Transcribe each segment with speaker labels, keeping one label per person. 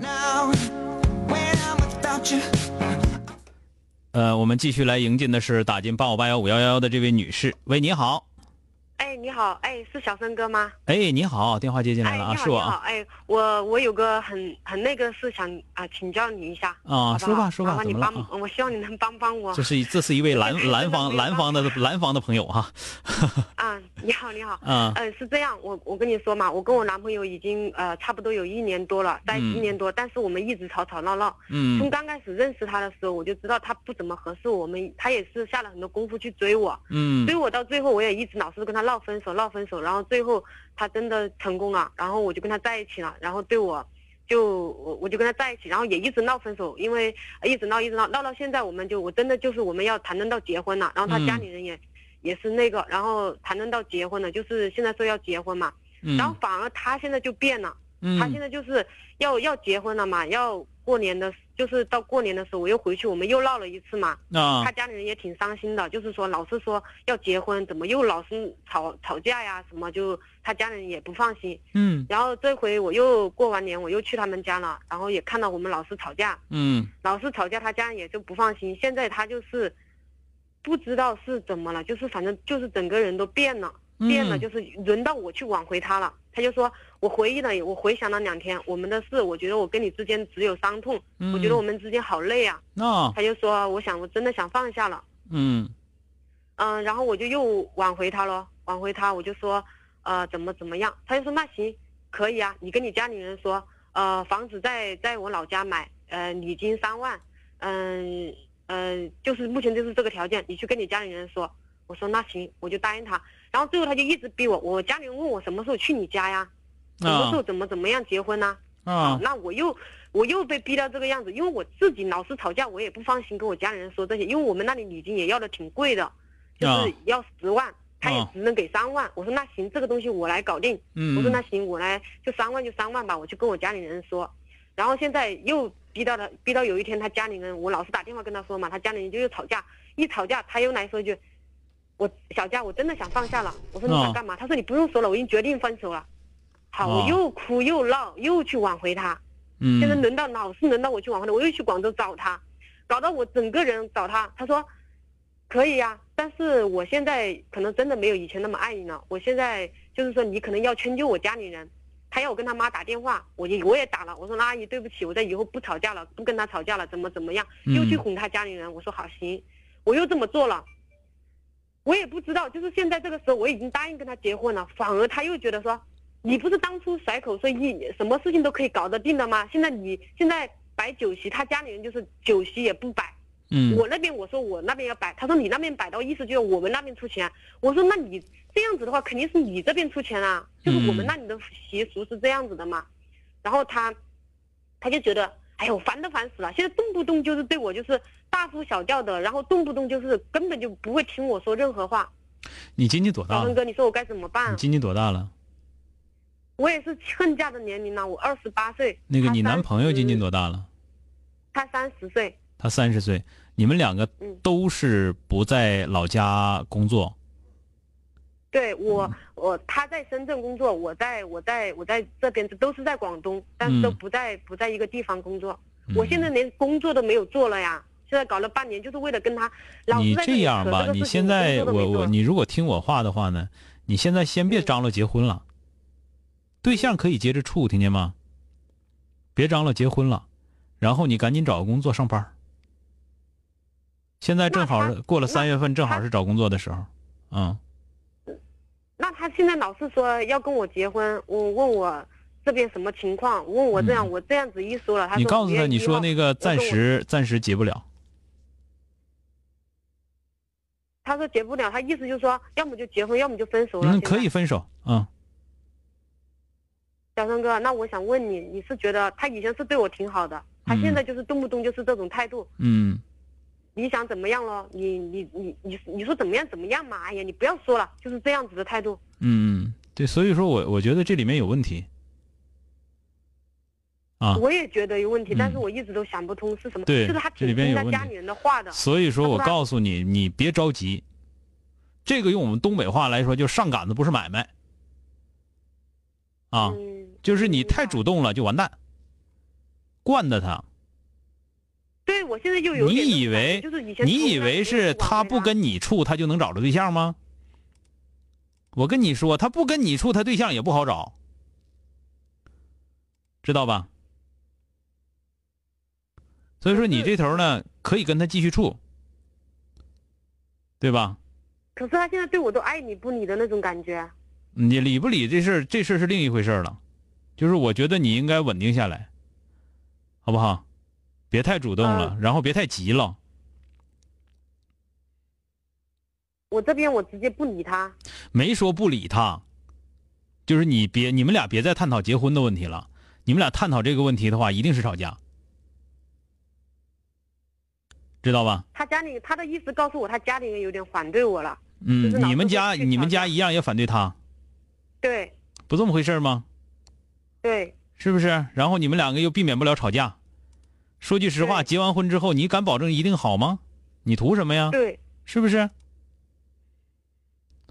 Speaker 1: Now, when I'm without you,
Speaker 2: 呃，我们继续来迎进的是打进八五八幺五幺幺幺的这位女士。喂，你好。
Speaker 3: 哎，你好，哎，是小生哥吗？
Speaker 2: 哎，你好，电话接进
Speaker 3: 哎，
Speaker 2: 来
Speaker 3: 你
Speaker 2: 了
Speaker 3: 好，
Speaker 2: 啊，是我
Speaker 3: 你好
Speaker 2: 啊。，
Speaker 3: 哎，我我有个很很那个事想啊，请教你一下
Speaker 2: 啊
Speaker 3: 好不好
Speaker 2: 说吧说吧
Speaker 3: 麻烦
Speaker 2: 怎
Speaker 3: 你
Speaker 2: 么了
Speaker 3: 帮
Speaker 2: 啊
Speaker 3: 我希望你哎能帮帮我
Speaker 2: 这是一这是一位
Speaker 3: 我
Speaker 2: 蓝
Speaker 3: 这
Speaker 2: 蓝方
Speaker 3: 真的没
Speaker 2: 蓝方的
Speaker 3: 有
Speaker 2: 蓝方的朋友哈、
Speaker 3: 啊！你好，你好，
Speaker 2: 啊，
Speaker 3: 嗯、是这样，我我跟你说嘛，我跟我男朋友已经呃差不多有一年多了，在
Speaker 2: 嗯
Speaker 3: 一年多，但是我们一直吵吵闹闹。
Speaker 2: 嗯
Speaker 3: 从刚开始认识他的时候，我就知道他不怎么合适我们，他也是下了很多功夫去追我，
Speaker 2: 嗯
Speaker 3: 所以我到最后我也一直老是跟他闹分手，闹分手，然后最后他真的成功了，然后我就跟他在一起了，然后对我就我我就跟他在一起，然后也一直闹分手，因为呃一直闹一直闹闹到现在，我们就我真的就是我们要谈论到结婚了，然后他家里人
Speaker 2: 嗯
Speaker 3: 也、也是那个，然后谈论到结婚了，就是现在说要结婚嘛，
Speaker 2: 嗯，
Speaker 3: 然后反而他现在就变了。
Speaker 2: 嗯
Speaker 3: 他现在就是要要结婚了嘛，要过年的，就是到过年的时候我又回去，我们又闹了一次嘛。
Speaker 2: 啊
Speaker 3: 他家里人也挺伤心的，就是说老是说要结婚，怎么又老是吵吵架呀什么，就他家人也不放心。
Speaker 2: 嗯
Speaker 3: 然后这回我又过完年，我又去他们家了，然后也看到我们老是吵架，
Speaker 2: 嗯
Speaker 3: 老是吵架，他家人也就不放心。现在他就是不知道是怎么了，就是反正就是整个人都变了。
Speaker 2: 嗯
Speaker 3: 变了，就是轮到我去挽回他了。他就说，我回忆了，我回想了两天我们的事，我觉得我跟你之间只有伤痛，我
Speaker 2: 嗯
Speaker 3: 觉得我们之间好累啊。
Speaker 2: 那
Speaker 3: 他就说，我想我真的想放下了，
Speaker 2: 嗯
Speaker 3: 嗯，然后我就又挽回他了，挽回他，我就说，呃，怎么怎么样？他就说那行，可以啊，你跟你家里人说，呃，房子在在我老家买，呃，礼金三万，嗯、嗯、就是目前就是这个条件，你去跟你家里人说。我说那行，我就答应他。然后最后他就一直逼我，我家里人问我什么时候去你家呀？什么时候
Speaker 2: 啊
Speaker 3: 怎么怎么样结婚呢、
Speaker 2: 啊
Speaker 3: 那我又我又被逼到这个样子，因为我自己老是吵架，我也不放心跟我家里人说这些，因为我们那里礼金也要的挺贵的，就
Speaker 2: 啊
Speaker 3: 是要十万，他也
Speaker 2: 啊
Speaker 3: 只能给三万。我说那行，这个东西我来搞定。
Speaker 2: 嗯
Speaker 3: 我说那行，我来就三万就三万吧，我去跟我家里人说。然后现在又逼到他，逼到有一天他家里人，我老是打电话跟他说嘛，他家里人就又吵架，一吵架他又来说一句，我小佳我真的想放下了。我说你
Speaker 2: 啊
Speaker 3: 想干嘛？他说你不用说了，我已经决定分手了。好，
Speaker 2: 啊
Speaker 3: 我又哭又闹，又去挽回他。
Speaker 2: 嗯
Speaker 3: 现在轮到老是轮到我去挽回了，我又去广州找他，搞到我整个人找他，他说可以呀、但是我现在可能真的没有以前那么爱你了，我现在就是说你可能要迁就我家里人。他要我跟他妈打电话，我也我也打了，我说那阿姨对不起，我在以后不吵架了，不跟他吵架了，怎么怎么样，
Speaker 2: 嗯
Speaker 3: 又去哄他家里人，我说好行，我又这么做了，我也不知道，就是现在这个时候我已经答应跟他结婚了，反而他又觉得说，你不是当初甩口说一什么事情都可以搞得定的吗？现在你现在摆酒席，他家里人就是酒席也不摆，
Speaker 2: 嗯
Speaker 3: 我那边我说我那边要摆，他说你那边摆到意思就是我们那边出钱，我说那你这样子的话肯定是你这边出钱啊，就是我们
Speaker 2: 嗯
Speaker 3: 那里的习俗是这样子的嘛，然后他他就觉得哎呦烦都烦死了，现在动不动就是对我就是大呼小叫的，然后动不动就是根本就不会听我说任何话，
Speaker 2: 你今年多大
Speaker 3: 小
Speaker 2: 了
Speaker 3: 峰？哥，你说我该怎么办
Speaker 2: 啊你
Speaker 3: 啊？
Speaker 2: 今年多大了？
Speaker 3: 我也是恨嫁的年龄啊了，我二十八岁。
Speaker 2: 那个
Speaker 3: 他
Speaker 2: 你男朋友今年
Speaker 3: 30？
Speaker 2: 多大了？
Speaker 3: 他三十岁。
Speaker 2: 他三十岁。你们两个
Speaker 3: 嗯
Speaker 2: 都是不在老家工作，
Speaker 3: 对我，
Speaker 2: 嗯
Speaker 3: 我他在深圳工作，我在我在我在这边都是在广东，但是都
Speaker 2: 嗯
Speaker 3: 不在不在一个地方工作。
Speaker 2: 嗯
Speaker 3: 我现在连工作都没有做了呀，现在搞了半年，就是为了跟他老是
Speaker 2: 你
Speaker 3: 在
Speaker 2: 这
Speaker 3: 里
Speaker 2: 样
Speaker 3: 扯
Speaker 2: 吧，
Speaker 3: 这个
Speaker 2: 你
Speaker 3: 事情
Speaker 2: 现在
Speaker 3: 工作都没
Speaker 2: 我我
Speaker 3: 做
Speaker 2: 你如果听我话的话呢，你现在先别
Speaker 3: 嗯
Speaker 2: 张罗结婚了，对象可以接着处，听见吗？别张罗结婚了，然后你赶紧找个工作上班儿。现在正好
Speaker 3: 那
Speaker 2: 是过了三月份，正好是找工作的时候，嗯，
Speaker 3: 那他现在老是说要跟我结婚，我问我这边什么情况，问我这样、我这样子一说了，他
Speaker 2: 嗯你
Speaker 3: 说
Speaker 2: 告
Speaker 3: 五
Speaker 2: 诉
Speaker 3: 月
Speaker 2: 他，你
Speaker 3: 一
Speaker 2: 说
Speaker 3: 号
Speaker 2: 那个暂
Speaker 3: 我
Speaker 2: 时暂时结不了，
Speaker 3: 他说结不了，他意思就是说要么就结婚，要么就分手了。
Speaker 2: 嗯，
Speaker 3: 现在
Speaker 2: 可以，分手，嗯，
Speaker 3: 小生哥，那我想问你，你是觉得他以前是对我挺好的，他现在就是动不动就是这种态度，
Speaker 2: 嗯，
Speaker 3: 你想怎么样咯？你你你你你说怎么样怎么样嘛？哎呀，你不要说了，就是这样子的态度。
Speaker 2: 嗯，对，所以说我我觉得这里面有问题啊，
Speaker 3: 我也觉得有问题，
Speaker 2: 嗯
Speaker 3: 但是我一直都想不通是什么。
Speaker 2: 对
Speaker 3: 就是他
Speaker 2: 这里
Speaker 3: 挺
Speaker 2: 边
Speaker 3: 听
Speaker 2: 有
Speaker 3: 他
Speaker 2: 问
Speaker 3: 家
Speaker 2: 题
Speaker 3: 里人的话的。
Speaker 2: 所以说
Speaker 3: 那
Speaker 2: 我
Speaker 3: 不然
Speaker 2: 告诉你，你别着急，这个用我们东北话来说，就上杆子不是买卖啊，
Speaker 3: 嗯，
Speaker 2: 就是你
Speaker 3: 明
Speaker 2: 太
Speaker 3: 白
Speaker 2: 主动了就完蛋，惯着他，
Speaker 3: 对我现在又有点这
Speaker 2: 你
Speaker 3: 种
Speaker 2: 以
Speaker 3: 感觉
Speaker 2: 为
Speaker 3: 就是以前从
Speaker 2: 你以
Speaker 3: 来
Speaker 2: 为
Speaker 3: 没有
Speaker 2: 是
Speaker 3: 挽
Speaker 2: 他
Speaker 3: 回
Speaker 2: 不跟你处，他就能找着对象吗？我跟你说，他不跟你处，他对象也不好找，知道吧？所以说你这头呢，可以跟他继续处，对吧？
Speaker 3: 可是他现在对我都爱理不理的那种感觉。
Speaker 2: 你理不理这事儿，这事儿是另一回事儿了。就是我觉得你应该稳定下来，好不好？别太主动
Speaker 3: 嗯
Speaker 2: 了，然后别太急了。
Speaker 3: 我这边我直接不理他。
Speaker 2: 没说不理他，就是你别你们俩别再探讨结婚的问题了。你们俩探讨这个问题的话，一定是吵架，知道吧？
Speaker 3: 他家里他的意思告诉我，他家里人有点反对我了。就
Speaker 2: 嗯
Speaker 3: 是，老
Speaker 2: 你们
Speaker 3: 是
Speaker 2: 家
Speaker 3: 去
Speaker 2: 你们
Speaker 3: 吵
Speaker 2: 家
Speaker 3: 架
Speaker 2: 一样也反对他，
Speaker 3: 对
Speaker 2: 不这么回事吗？
Speaker 3: 对，
Speaker 2: 是不是？然后你们两个又避免不了吵架。说句实话，
Speaker 3: 对
Speaker 2: 结完婚之后，你敢保证一定好吗？你图什么呀？
Speaker 3: 对，
Speaker 2: 是不是？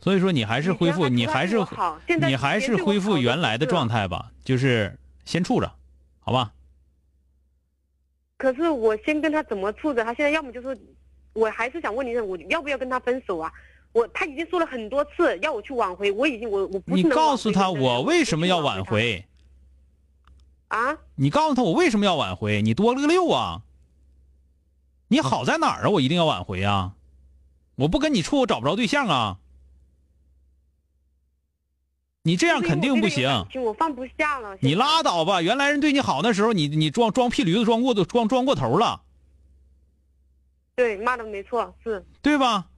Speaker 2: 所以说，你还
Speaker 3: 还
Speaker 2: 是恢复，你还是
Speaker 3: 好，现在
Speaker 2: 你还是恢复原来的状
Speaker 3: 态。
Speaker 2: 态吧，就是先处着，好吧？
Speaker 3: 可是我先跟他怎么处的？他现在要么就是，我还是想问你，我要不要跟他分手啊？我他已经说了很多次要我去挽回，我已经我我不是
Speaker 2: 你
Speaker 3: 能挽
Speaker 2: 告
Speaker 3: 回
Speaker 2: 诉
Speaker 3: 的
Speaker 2: 他
Speaker 3: 人
Speaker 2: 我为什么要
Speaker 3: 我不去
Speaker 2: 挽
Speaker 3: 回
Speaker 2: 回？
Speaker 3: 他啊？
Speaker 2: 你告诉他我为什么要挽回？你多了个六啊！你好在哪儿啊？我一定要挽回啊！我不跟你处，我找不着对象啊！你这
Speaker 3: 这
Speaker 2: 样肯定不行，，
Speaker 3: 我放不下了。
Speaker 2: 你拉倒吧！原来人对你好那时候，你你装装屁驴子装过都装装过头了，
Speaker 3: 对骂的没错是，
Speaker 2: 对吧？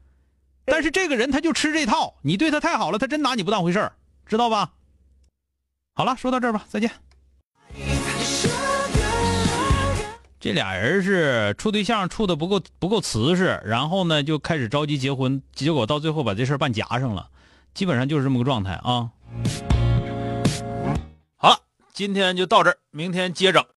Speaker 3: 对
Speaker 2: 但是这个人他就吃这套，你对他太好了，他真拿你不当回事儿，知道吧？好了，说到这儿吧，再见。这俩人是处对象处的不够不够瓷实，然后呢就开始着急结婚，结果到最后把这事儿办夹上了，基本上就是这么个状态啊。好了，今天就到这儿，明天接着。